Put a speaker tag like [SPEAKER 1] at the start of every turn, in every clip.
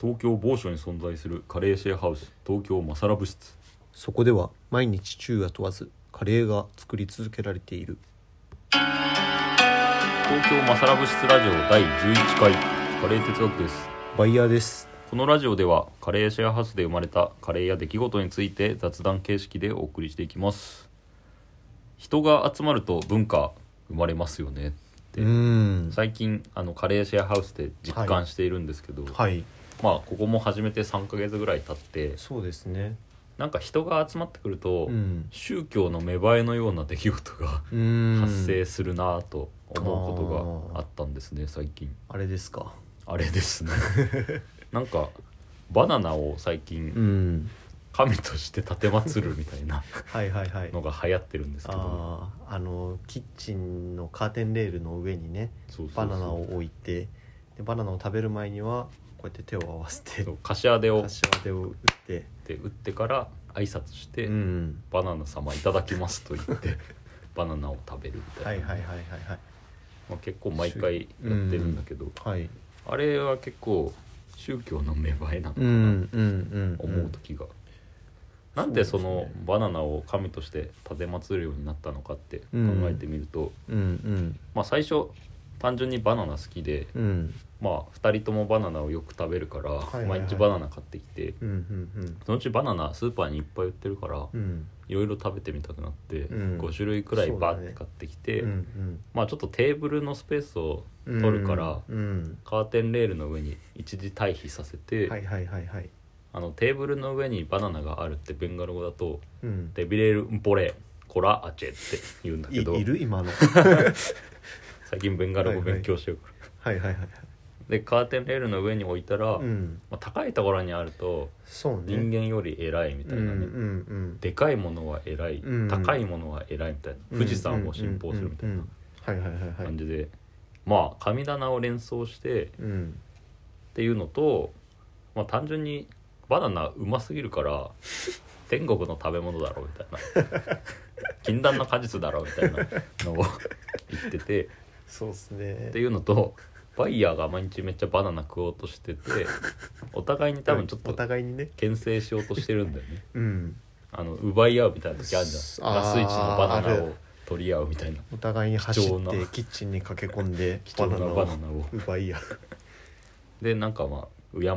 [SPEAKER 1] 東京某所に存在するカレーシェアハウス東京マサラ部室
[SPEAKER 2] そこでは毎日昼夜問わずカレーが作り続けられている
[SPEAKER 1] 東京マサラ部室ラジオ第11回カレー哲学です
[SPEAKER 2] バイヤーです
[SPEAKER 1] このラジオではカレーシェアハウスで生まれたカレーや出来事について雑談形式でお送りしていきます人が集まると文化生まれますよねって
[SPEAKER 2] ん
[SPEAKER 1] 最近あのカレーシェアハウスで実感しているんですけど、
[SPEAKER 2] はい
[SPEAKER 1] まあここも始めて3ヶ月ぐらい経って
[SPEAKER 2] そうですね
[SPEAKER 1] なんか人が集まってくると、
[SPEAKER 2] うん
[SPEAKER 1] 宗教の芽生えのような出来事が
[SPEAKER 2] うん
[SPEAKER 1] 発生するなぁと思うことがあったんですね最近
[SPEAKER 2] あれですか
[SPEAKER 1] あれですね なんかバナナを最近
[SPEAKER 2] ん
[SPEAKER 1] 神として奉るみたいな
[SPEAKER 2] はいはいはい
[SPEAKER 1] のが流行ってるんですけど
[SPEAKER 2] あーあのキッチンのカーテンレールの上にね
[SPEAKER 1] そうそうそう
[SPEAKER 2] バナナを置いてでバナナを食べる前にはこうやって手を合わせて
[SPEAKER 1] そう柏手を打っ
[SPEAKER 2] 柏手を打って
[SPEAKER 1] て打ってから挨拶して、
[SPEAKER 2] ん
[SPEAKER 1] バナナ様いただきます」と言って バナナを食べるみたいな、
[SPEAKER 2] はいはいはいはい
[SPEAKER 1] まあ、結構毎回やってるんだけど、
[SPEAKER 2] はいはい
[SPEAKER 1] あれは結構宗教の芽生えなのか
[SPEAKER 2] う
[SPEAKER 1] な、
[SPEAKER 2] んうんうん
[SPEAKER 1] 思う時が、なんでそ
[SPEAKER 2] そう
[SPEAKER 1] の
[SPEAKER 2] ですね
[SPEAKER 1] バナナを神として奉るようになったのかって考えてみると、
[SPEAKER 2] うん
[SPEAKER 1] まあ最初単純にバナナ好きで、
[SPEAKER 2] うんうん
[SPEAKER 1] まあ、2人ともバナナをよく食べるから、
[SPEAKER 2] いはいはい
[SPEAKER 1] 毎日バナナ買ってきて
[SPEAKER 2] うんうん
[SPEAKER 1] そのうちバナナスーパーにいっぱい売ってるから、
[SPEAKER 2] うんうん
[SPEAKER 1] いろいろ食べてみたくなって、
[SPEAKER 2] うん
[SPEAKER 1] 5種類くらい
[SPEAKER 2] そうだ
[SPEAKER 1] バーっ
[SPEAKER 2] ね
[SPEAKER 1] て買ってきて、
[SPEAKER 2] うん
[SPEAKER 1] まあちょっとテーブルのスペースを
[SPEAKER 2] うん
[SPEAKER 1] 取るから、
[SPEAKER 2] うん
[SPEAKER 1] カーテンレールの上に一時退避させて、
[SPEAKER 2] はいはいはいはい
[SPEAKER 1] あのテーブルの上にバナナがあるってベンガル語だと
[SPEAKER 2] うん
[SPEAKER 1] デビレル・ンポレコラ・アチェって言うんだ
[SPEAKER 2] い
[SPEAKER 1] けど
[SPEAKER 2] いる 今の
[SPEAKER 1] 最近ベンガル語勉強してるから、
[SPEAKER 2] はいはいはい
[SPEAKER 1] でカーテンレールの上に置いたら、
[SPEAKER 2] うん
[SPEAKER 1] まあ、高いところにあると
[SPEAKER 2] そうね
[SPEAKER 1] 人間より偉いみたいなね、
[SPEAKER 2] うんうん
[SPEAKER 1] でかいものは偉い、
[SPEAKER 2] うん
[SPEAKER 1] 高いものは偉いみたいな、
[SPEAKER 2] うん
[SPEAKER 1] 富士山を信奉するみたい
[SPEAKER 2] うんう
[SPEAKER 1] なん
[SPEAKER 2] うんはいはいはいは
[SPEAKER 1] 感
[SPEAKER 2] い
[SPEAKER 1] じで、まあ神棚を連想してっ
[SPEAKER 2] うん
[SPEAKER 1] ていうのと、まあ、単純にバナナうますぎる から天国の食べ物だろうみたいな禁断の果実だろうみたいなのを言ってて。
[SPEAKER 2] そうですね
[SPEAKER 1] っていうのとバイヤーが毎日めっちゃバナナ食おうとしててお互いに多分ちょっ
[SPEAKER 2] お
[SPEAKER 1] と
[SPEAKER 2] 互いにね
[SPEAKER 1] 牽制しようとしてるんだよね
[SPEAKER 2] うん
[SPEAKER 1] あの奪い合うみたいな時あるじゃん
[SPEAKER 2] あー
[SPEAKER 1] ラスイチのバナ
[SPEAKER 2] あ
[SPEAKER 1] ナを
[SPEAKER 2] る
[SPEAKER 1] 取り合うみたいな
[SPEAKER 2] お互いに走って
[SPEAKER 1] 貴重な
[SPEAKER 2] キッチンに駆け込んで
[SPEAKER 1] 貴
[SPEAKER 2] バ
[SPEAKER 1] 重な
[SPEAKER 2] ナナ
[SPEAKER 1] バ
[SPEAKER 2] を
[SPEAKER 1] ナナを
[SPEAKER 2] 奪い合う
[SPEAKER 1] でなんかまあ敬敬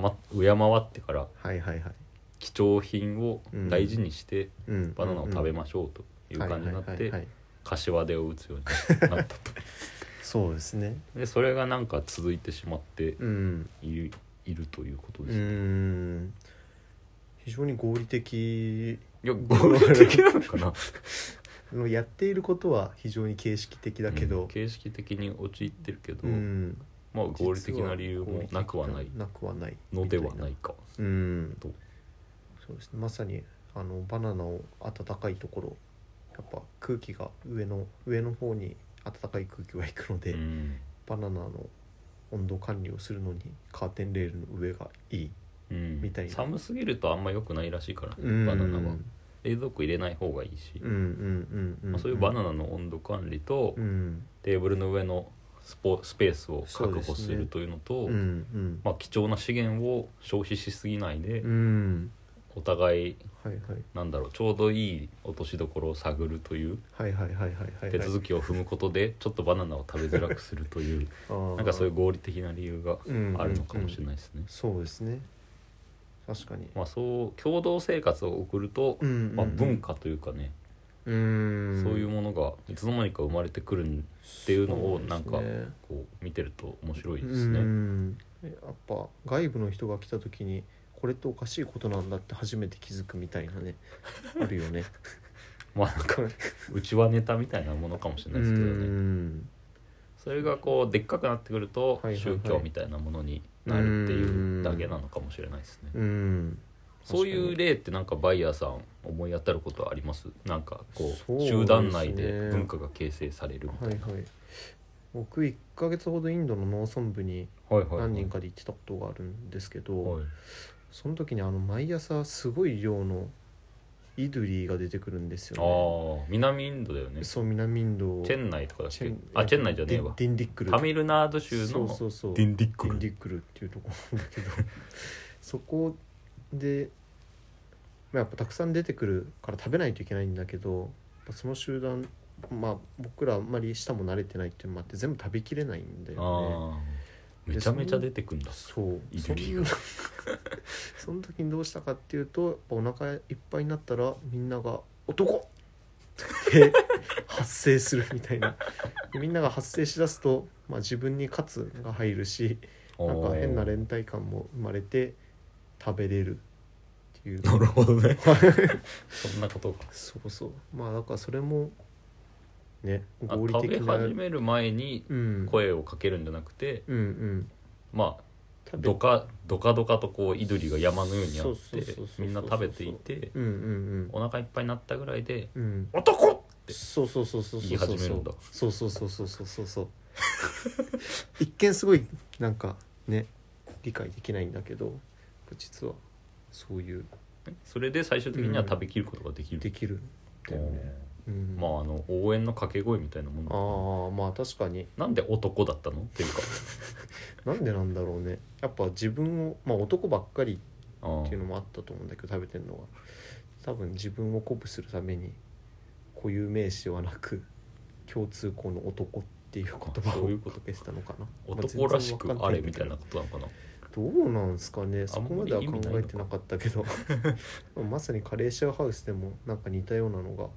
[SPEAKER 1] わってから
[SPEAKER 2] はいはいはい
[SPEAKER 1] 貴重品を大事にして
[SPEAKER 2] うん
[SPEAKER 1] バナナを食べ
[SPEAKER 2] ま
[SPEAKER 1] ましょうという感じになっ
[SPEAKER 2] はいはいはいは
[SPEAKER 1] て
[SPEAKER 2] い
[SPEAKER 1] 柏手を打つようになった と
[SPEAKER 2] そうですね
[SPEAKER 1] でそれがなんか続いてしまって
[SPEAKER 2] うん
[SPEAKER 1] いるいるということ
[SPEAKER 2] う
[SPEAKER 1] ですね
[SPEAKER 2] ーん非常に合理的
[SPEAKER 1] いや合理的なのかな
[SPEAKER 2] のやっていることは非常に形式的だけ
[SPEAKER 1] う
[SPEAKER 2] ど
[SPEAKER 1] ん、形式的に陥ってるけど、
[SPEAKER 2] うん、
[SPEAKER 1] まあ合理的な理由もなくはない
[SPEAKER 2] なくはない
[SPEAKER 1] のではないか
[SPEAKER 2] うん
[SPEAKER 1] と
[SPEAKER 2] そうですねまさにあのバナナを暖かいところやっぱ空気が上の上の方に暖かい空気が行くので、
[SPEAKER 1] うん、
[SPEAKER 2] バナナの温度管理をするのにカーテンレールの上がいい、
[SPEAKER 1] うん
[SPEAKER 2] みたいな
[SPEAKER 1] 寒すぎるとあんま良くないらしいから、ねバナナは冷蔵庫入れない方がいいし、
[SPEAKER 2] うんうんうんん
[SPEAKER 1] まあ、そういうバナナの温度管理と、
[SPEAKER 2] うん
[SPEAKER 1] テーブルの上のスポスペースを確
[SPEAKER 2] そ
[SPEAKER 1] 保
[SPEAKER 2] うです
[SPEAKER 1] す
[SPEAKER 2] ね
[SPEAKER 1] るというのと
[SPEAKER 2] うんうん
[SPEAKER 1] まあ、貴重な資源を消費しすぎないで、
[SPEAKER 2] うん
[SPEAKER 1] お互い
[SPEAKER 2] はいはい
[SPEAKER 1] なんだろうちょうどいい落としどころを探るという
[SPEAKER 2] はいはいはいはいはい
[SPEAKER 1] 手続きを踏むことでちょっとバナナを食べづらくすると いう。なんかそういう
[SPEAKER 2] う
[SPEAKER 1] 合理的な理由があるのかもしれないですね。
[SPEAKER 2] そうですね確かに、
[SPEAKER 1] まあそう共同生活を送ると、
[SPEAKER 2] うんうんうん
[SPEAKER 1] まあ、文化というかね、
[SPEAKER 2] うん
[SPEAKER 1] そういうものがいつの間にか生まれてくるっていうのをなん
[SPEAKER 2] そ
[SPEAKER 1] か
[SPEAKER 2] うですね
[SPEAKER 1] こう見てると面白いで
[SPEAKER 2] う
[SPEAKER 1] すね。
[SPEAKER 2] んやっぱ外部の人が来た時にこれっておかしいことなんだって初めて気づくみたいなねある よね。
[SPEAKER 1] まあなん かうちはネタみたいなものかもしれないですけどね。
[SPEAKER 2] ん
[SPEAKER 1] それがこうでっかくなってくると
[SPEAKER 2] はいはいはい
[SPEAKER 1] 宗教みたいなものになるっていうだけなのかもしれないですね。
[SPEAKER 2] うん
[SPEAKER 1] そういう例ってなんかバイヤーさん思い当たることはありますなんかこ
[SPEAKER 2] そう
[SPEAKER 1] う
[SPEAKER 2] ですね
[SPEAKER 1] 集団内で文化が形成されるみたい
[SPEAKER 2] はいはい僕1ヶ月ほどインドの農村部に
[SPEAKER 1] な。はいはいはい
[SPEAKER 2] 何人かで行ってたことがあるんですけど、
[SPEAKER 1] はい
[SPEAKER 2] その時にあの毎朝すごい量のイドゥリーが出てくるんです
[SPEAKER 1] あ
[SPEAKER 2] よ
[SPEAKER 1] あ南インドだよね
[SPEAKER 2] ね
[SPEAKER 1] チ
[SPEAKER 2] そう南インド
[SPEAKER 1] ェンナイとかだっ
[SPEAKER 2] チ
[SPEAKER 1] け
[SPEAKER 2] ェン
[SPEAKER 1] あチェンナイじゃねえわ
[SPEAKER 2] ディンディックル
[SPEAKER 1] タミルナード州の
[SPEAKER 2] そうそうそう
[SPEAKER 1] ディンディックル
[SPEAKER 2] ディンディックルっていうところなんだけど そこで、まあ、やっぱたくさん出てくるから食べないといけないんだけどやっぱその集団まあ僕らあんまり舌も慣れてないっていうのもあって全部食べきれないんだよね
[SPEAKER 1] ああめちゃめちゃ出てくんだ
[SPEAKER 2] そう
[SPEAKER 1] イ
[SPEAKER 2] そ
[SPEAKER 1] ド
[SPEAKER 2] ん
[SPEAKER 1] リーが
[SPEAKER 2] な その時にどうしたかっていうとやっぱお腹いっぱいになったらみんなが「男!」って発声するみたいなでみんなが発声しだすと、まあ、自分に「喝」が入るしなんか変な連帯感も生まれて食べれるって いう
[SPEAKER 1] おーなるほどねそんなことか
[SPEAKER 2] そうそうまあだからそれもね
[SPEAKER 1] あ
[SPEAKER 2] 合理
[SPEAKER 1] 食べ
[SPEAKER 2] 的な
[SPEAKER 1] 始める前に
[SPEAKER 2] うん、
[SPEAKER 1] 声をかけるんじゃなくて、
[SPEAKER 2] うんうん
[SPEAKER 1] まあ
[SPEAKER 2] 食べ
[SPEAKER 1] ドカドカドカとこうイドリが山のようにあ
[SPEAKER 2] そう
[SPEAKER 1] っ
[SPEAKER 2] そうそう
[SPEAKER 1] て
[SPEAKER 2] そうそう
[SPEAKER 1] みんな食べていて
[SPEAKER 2] うんうん
[SPEAKER 1] お腹いっぱいになったぐらいで
[SPEAKER 2] うんう
[SPEAKER 1] 「
[SPEAKER 2] ん
[SPEAKER 1] 男!」って
[SPEAKER 2] そうそうそうそうそ
[SPEAKER 1] 言
[SPEAKER 2] うそう
[SPEAKER 1] い始めるんだ
[SPEAKER 2] そうそうそうそうそうそうそう 一見すごいなんかね理解できないんだけど実はそういう
[SPEAKER 1] それで最終的には食べきることができる、
[SPEAKER 2] できるんだよね、うん、
[SPEAKER 1] まああの応援の掛け声みたいなも
[SPEAKER 2] あ
[SPEAKER 1] の
[SPEAKER 2] ーまあ確かに
[SPEAKER 1] なんで男だったのっていうか
[SPEAKER 2] なんでなんだろうねやっぱ自分をまあ男ばっかり
[SPEAKER 1] あー
[SPEAKER 2] っていうのもあったと思うんだけど食べてるのは多分自分を鼓舞するために固有名詞ではなく共通項の男っていう言葉
[SPEAKER 1] あ
[SPEAKER 2] を
[SPEAKER 1] そういうこと
[SPEAKER 2] かけてたのかな
[SPEAKER 1] 男らしくあれみたいな
[SPEAKER 2] まあ
[SPEAKER 1] ことなのかな
[SPEAKER 2] 全然わかんないんだけどどうなんですかね
[SPEAKER 1] あ
[SPEAKER 2] そ
[SPEAKER 1] ん
[SPEAKER 2] こ
[SPEAKER 1] ま
[SPEAKER 2] ま
[SPEAKER 1] り
[SPEAKER 2] では
[SPEAKER 1] 意味ない
[SPEAKER 2] 考
[SPEAKER 1] のか
[SPEAKER 2] えてなかったけど まさにカレーシェアハウスでもなんか似たようなのが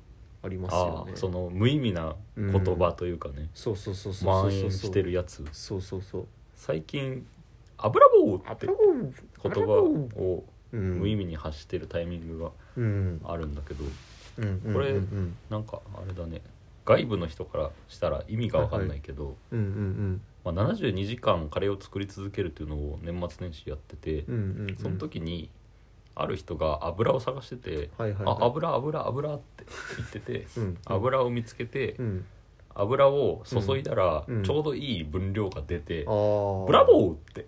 [SPEAKER 2] あります
[SPEAKER 1] あ
[SPEAKER 2] よ
[SPEAKER 1] あ
[SPEAKER 2] ね
[SPEAKER 1] ーその無意味な言葉というかね、
[SPEAKER 2] そうそうそうそうそ
[SPEAKER 1] 蔓
[SPEAKER 2] うそう
[SPEAKER 1] 延
[SPEAKER 2] そう
[SPEAKER 1] してるやつ
[SPEAKER 2] そうそうそう
[SPEAKER 1] 最近「油棒」って
[SPEAKER 2] 油
[SPEAKER 1] 言葉を
[SPEAKER 2] うん
[SPEAKER 1] 無意味に発してるタイミングが
[SPEAKER 2] うん
[SPEAKER 1] あるんだけど
[SPEAKER 2] うんうん
[SPEAKER 1] これ
[SPEAKER 2] うんうん
[SPEAKER 1] なんかあれだね外部の人からしたら意味が分かんないけど、
[SPEAKER 2] うんうん
[SPEAKER 1] まあ、72時間カレーを作り続けるっていうのを年末年始やってて、
[SPEAKER 2] うんうんうん
[SPEAKER 1] その時にある人が油を探してて「
[SPEAKER 2] はいはいはい
[SPEAKER 1] あ油油油」って言ってて
[SPEAKER 2] うんうん
[SPEAKER 1] 油を見つけて、
[SPEAKER 2] うん
[SPEAKER 1] 油を注いだら、
[SPEAKER 2] うん
[SPEAKER 1] ちょうどいい分量が出て「
[SPEAKER 2] あー
[SPEAKER 1] ブラボー!」って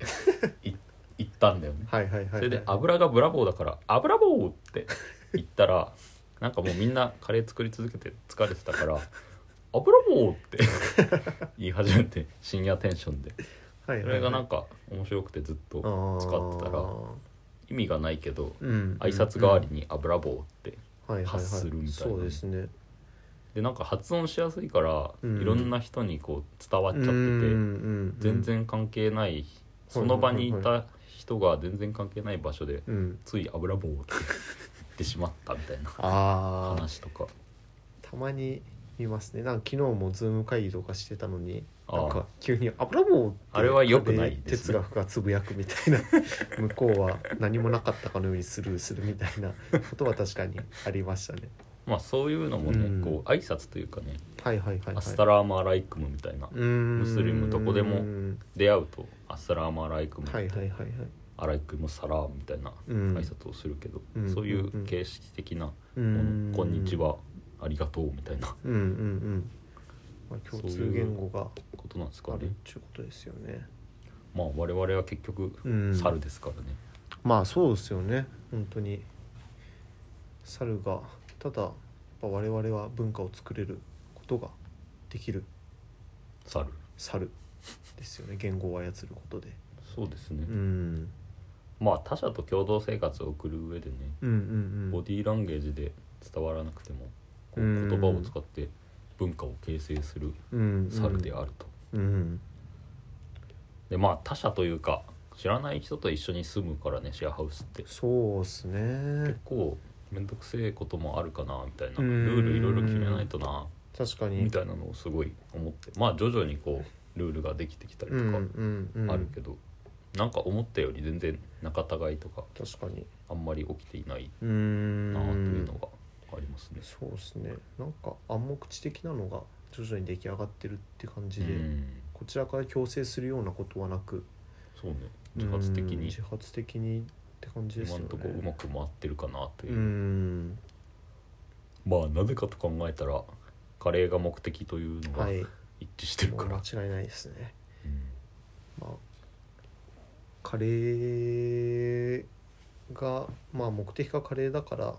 [SPEAKER 1] い言ったんだよね。
[SPEAKER 2] はいはいはいは
[SPEAKER 1] そ
[SPEAKER 2] い
[SPEAKER 1] れで油がブラボーだから「油棒!」って言ったらなんかもうみんなカレー作り続けて疲れてたから「油棒!」って 言い始めて深夜テンションで
[SPEAKER 2] は
[SPEAKER 1] そ
[SPEAKER 2] いはいはい
[SPEAKER 1] れがなんか面白くてずっ
[SPEAKER 2] あ
[SPEAKER 1] と
[SPEAKER 2] ー
[SPEAKER 1] 使ってたら意味がないけど
[SPEAKER 2] うん
[SPEAKER 1] 挨拶代わりに「油棒!」って
[SPEAKER 2] に
[SPEAKER 1] 発するみたいな
[SPEAKER 2] そうですね
[SPEAKER 1] でなんか発音しやすいから
[SPEAKER 2] うん
[SPEAKER 1] いろんな人にこう伝わっちゃっ
[SPEAKER 2] うんうん
[SPEAKER 1] てて
[SPEAKER 2] うん
[SPEAKER 1] 全然関係ないその場にいた人が全然関係ない場所で
[SPEAKER 2] うん
[SPEAKER 1] つい「油棒!」って言ってしまったみたいな
[SPEAKER 2] ああ
[SPEAKER 1] 話とか
[SPEAKER 2] たまに見ますねなんか昨日もズーム会議とかしてたのに
[SPEAKER 1] あ
[SPEAKER 2] な
[SPEAKER 1] ー
[SPEAKER 2] んか急に「油棒!」って
[SPEAKER 1] あれは良くないです
[SPEAKER 2] 哲
[SPEAKER 1] ね
[SPEAKER 2] 学がつぶやくみたいな 向こうは何もなかったかのようにスルーするみたいなことは確かにありましたね
[SPEAKER 1] まあそういうのもね、
[SPEAKER 2] うん
[SPEAKER 1] こう挨拶というかね、
[SPEAKER 2] はいはいはいはい
[SPEAKER 1] アスタラーマーライクムみたいな、
[SPEAKER 2] ム
[SPEAKER 1] ムスリムどこでも
[SPEAKER 2] うん
[SPEAKER 1] 出会うとアスタラーマーライクム、
[SPEAKER 2] はいはいはいはい
[SPEAKER 1] アライクムサラーみたいな
[SPEAKER 2] うん
[SPEAKER 1] 挨拶をするけど、
[SPEAKER 2] うん
[SPEAKER 1] そういう形式的なも
[SPEAKER 2] う
[SPEAKER 1] の、
[SPEAKER 2] ん
[SPEAKER 1] こんにちはありがとうみたいな
[SPEAKER 2] うんうんうん、まあ、共通言語が
[SPEAKER 1] ことなんですか
[SPEAKER 2] あるっ
[SPEAKER 1] ね。
[SPEAKER 2] ていうことですよね
[SPEAKER 1] まあ我々は結局、
[SPEAKER 2] うん
[SPEAKER 1] 猿ですからね。
[SPEAKER 2] まあそうですよね本当に猿がただやっぱ我々は文化を作れることができる
[SPEAKER 1] 猿。
[SPEAKER 2] 猿ですよね言語を操ることで、
[SPEAKER 1] そうですね。
[SPEAKER 2] うん、
[SPEAKER 1] まあ他者と共同生活を送る上でね、
[SPEAKER 2] うんうんう
[SPEAKER 1] ボ
[SPEAKER 2] ん
[SPEAKER 1] ディーランゲージで伝わらなくても、こう
[SPEAKER 2] うん
[SPEAKER 1] 言葉を使って文化を形成する
[SPEAKER 2] うん
[SPEAKER 1] 猿であると。
[SPEAKER 2] うん
[SPEAKER 1] でまあ他者というか知らない人と一緒に住むからねシェアハウスって
[SPEAKER 2] そうっすね
[SPEAKER 1] 結構面倒くせえこともあるかなみたいな
[SPEAKER 2] う
[SPEAKER 1] ル
[SPEAKER 2] ん
[SPEAKER 1] ールいろいろ決めないとな
[SPEAKER 2] 確かに
[SPEAKER 1] みたいなのをすごい思ってまあ徐々にこうルールができてきたりと
[SPEAKER 2] うんう
[SPEAKER 1] か
[SPEAKER 2] んうん
[SPEAKER 1] あるけど、なんか思ったより全然仲違いとか
[SPEAKER 2] 確かに
[SPEAKER 1] あんまり起きていないう
[SPEAKER 2] ーん
[SPEAKER 1] なというのがありますね。
[SPEAKER 2] そうですねなんか暗黙知的なのが徐々に出来上がってるって感
[SPEAKER 1] う
[SPEAKER 2] じで、
[SPEAKER 1] ん
[SPEAKER 2] こちらから強制するようなことはなく
[SPEAKER 1] そうね自発的
[SPEAKER 2] うん
[SPEAKER 1] に
[SPEAKER 2] 自発的にって感じですよ
[SPEAKER 1] 今
[SPEAKER 2] ね
[SPEAKER 1] んとこうまく回ってるかなという
[SPEAKER 2] う、ん
[SPEAKER 1] まあなぜかと考えたらカレーが目的というのが
[SPEAKER 2] はい
[SPEAKER 1] 一致してる
[SPEAKER 2] も
[SPEAKER 1] か
[SPEAKER 2] う
[SPEAKER 1] ら。
[SPEAKER 2] 間違いないですね
[SPEAKER 1] うん
[SPEAKER 2] まあカレーがまあ目的がカレーだから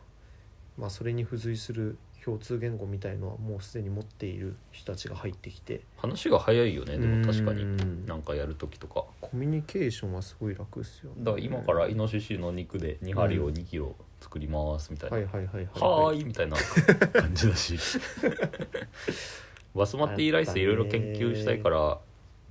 [SPEAKER 2] まあ、それに付随する共通言語みたいのはもうすでに持っている人たちが入ってきて
[SPEAKER 1] 話が早いよねでも確か
[SPEAKER 2] う
[SPEAKER 1] に
[SPEAKER 2] ん
[SPEAKER 1] なんかやる時とか
[SPEAKER 2] コミュニケーションはすごい楽ですよね
[SPEAKER 1] だから今からイノシシの肉で2針を2キロ作りますみたいな
[SPEAKER 2] はいはいはい
[SPEAKER 1] 「はーい」みたいな感じだ しバスマティライスいろいろ研究したいから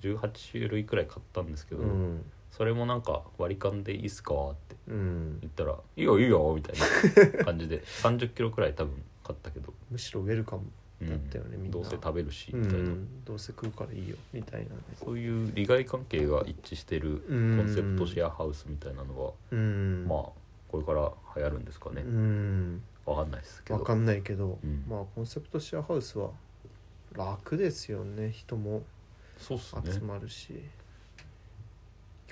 [SPEAKER 1] 18種類くらい買ったんですけど、
[SPEAKER 2] うん
[SPEAKER 1] それもなんか割り勘でいいっすかって
[SPEAKER 2] うん
[SPEAKER 1] 言ったら「いいよいいよ」みたいな感じで 30キロくらい多分買ったけど、
[SPEAKER 2] むしろウェルカム
[SPEAKER 1] うん
[SPEAKER 2] だったよねみんな
[SPEAKER 1] どうせ食べるし
[SPEAKER 2] う
[SPEAKER 1] みたいな、
[SPEAKER 2] んどうせ食うからいいよみたいなね
[SPEAKER 1] そういう利害関係が一致してる
[SPEAKER 2] コ
[SPEAKER 1] コンセプトシェアハウスみたいなのは、
[SPEAKER 2] うん
[SPEAKER 1] まあこれから流行るんですかね、
[SPEAKER 2] うん
[SPEAKER 1] わかんないですけ
[SPEAKER 2] わ
[SPEAKER 1] ど
[SPEAKER 2] かんないけど、
[SPEAKER 1] うん
[SPEAKER 2] まあコンセプトシェアハウスは楽ですよね人も
[SPEAKER 1] そうっす
[SPEAKER 2] 集
[SPEAKER 1] ね
[SPEAKER 2] まるし、
[SPEAKER 1] まあ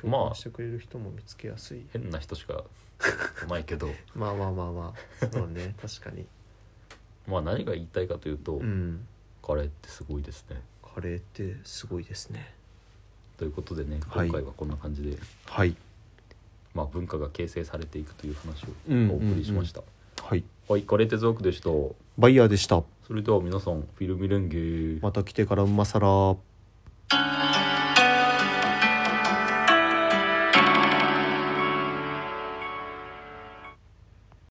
[SPEAKER 2] 共感してくれる人も見つけやすい、
[SPEAKER 1] 変な人しか来ないけど
[SPEAKER 2] まあ、まあまあまあそうね確かに
[SPEAKER 1] まあ何が言いたいかというと、
[SPEAKER 2] うん
[SPEAKER 1] カレーってすごいですね
[SPEAKER 2] カレーってすごいですね
[SPEAKER 1] ということでね
[SPEAKER 2] はい
[SPEAKER 1] 今回はこんな感じで、
[SPEAKER 2] はい
[SPEAKER 1] まあ、文化が形成されていくという話
[SPEAKER 2] うん
[SPEAKER 1] をお送りしました、
[SPEAKER 2] はい
[SPEAKER 1] はいカレー哲学でした
[SPEAKER 2] バイヤーでした
[SPEAKER 1] それでは皆さんフィルミレンゲー
[SPEAKER 2] また来てからうまさら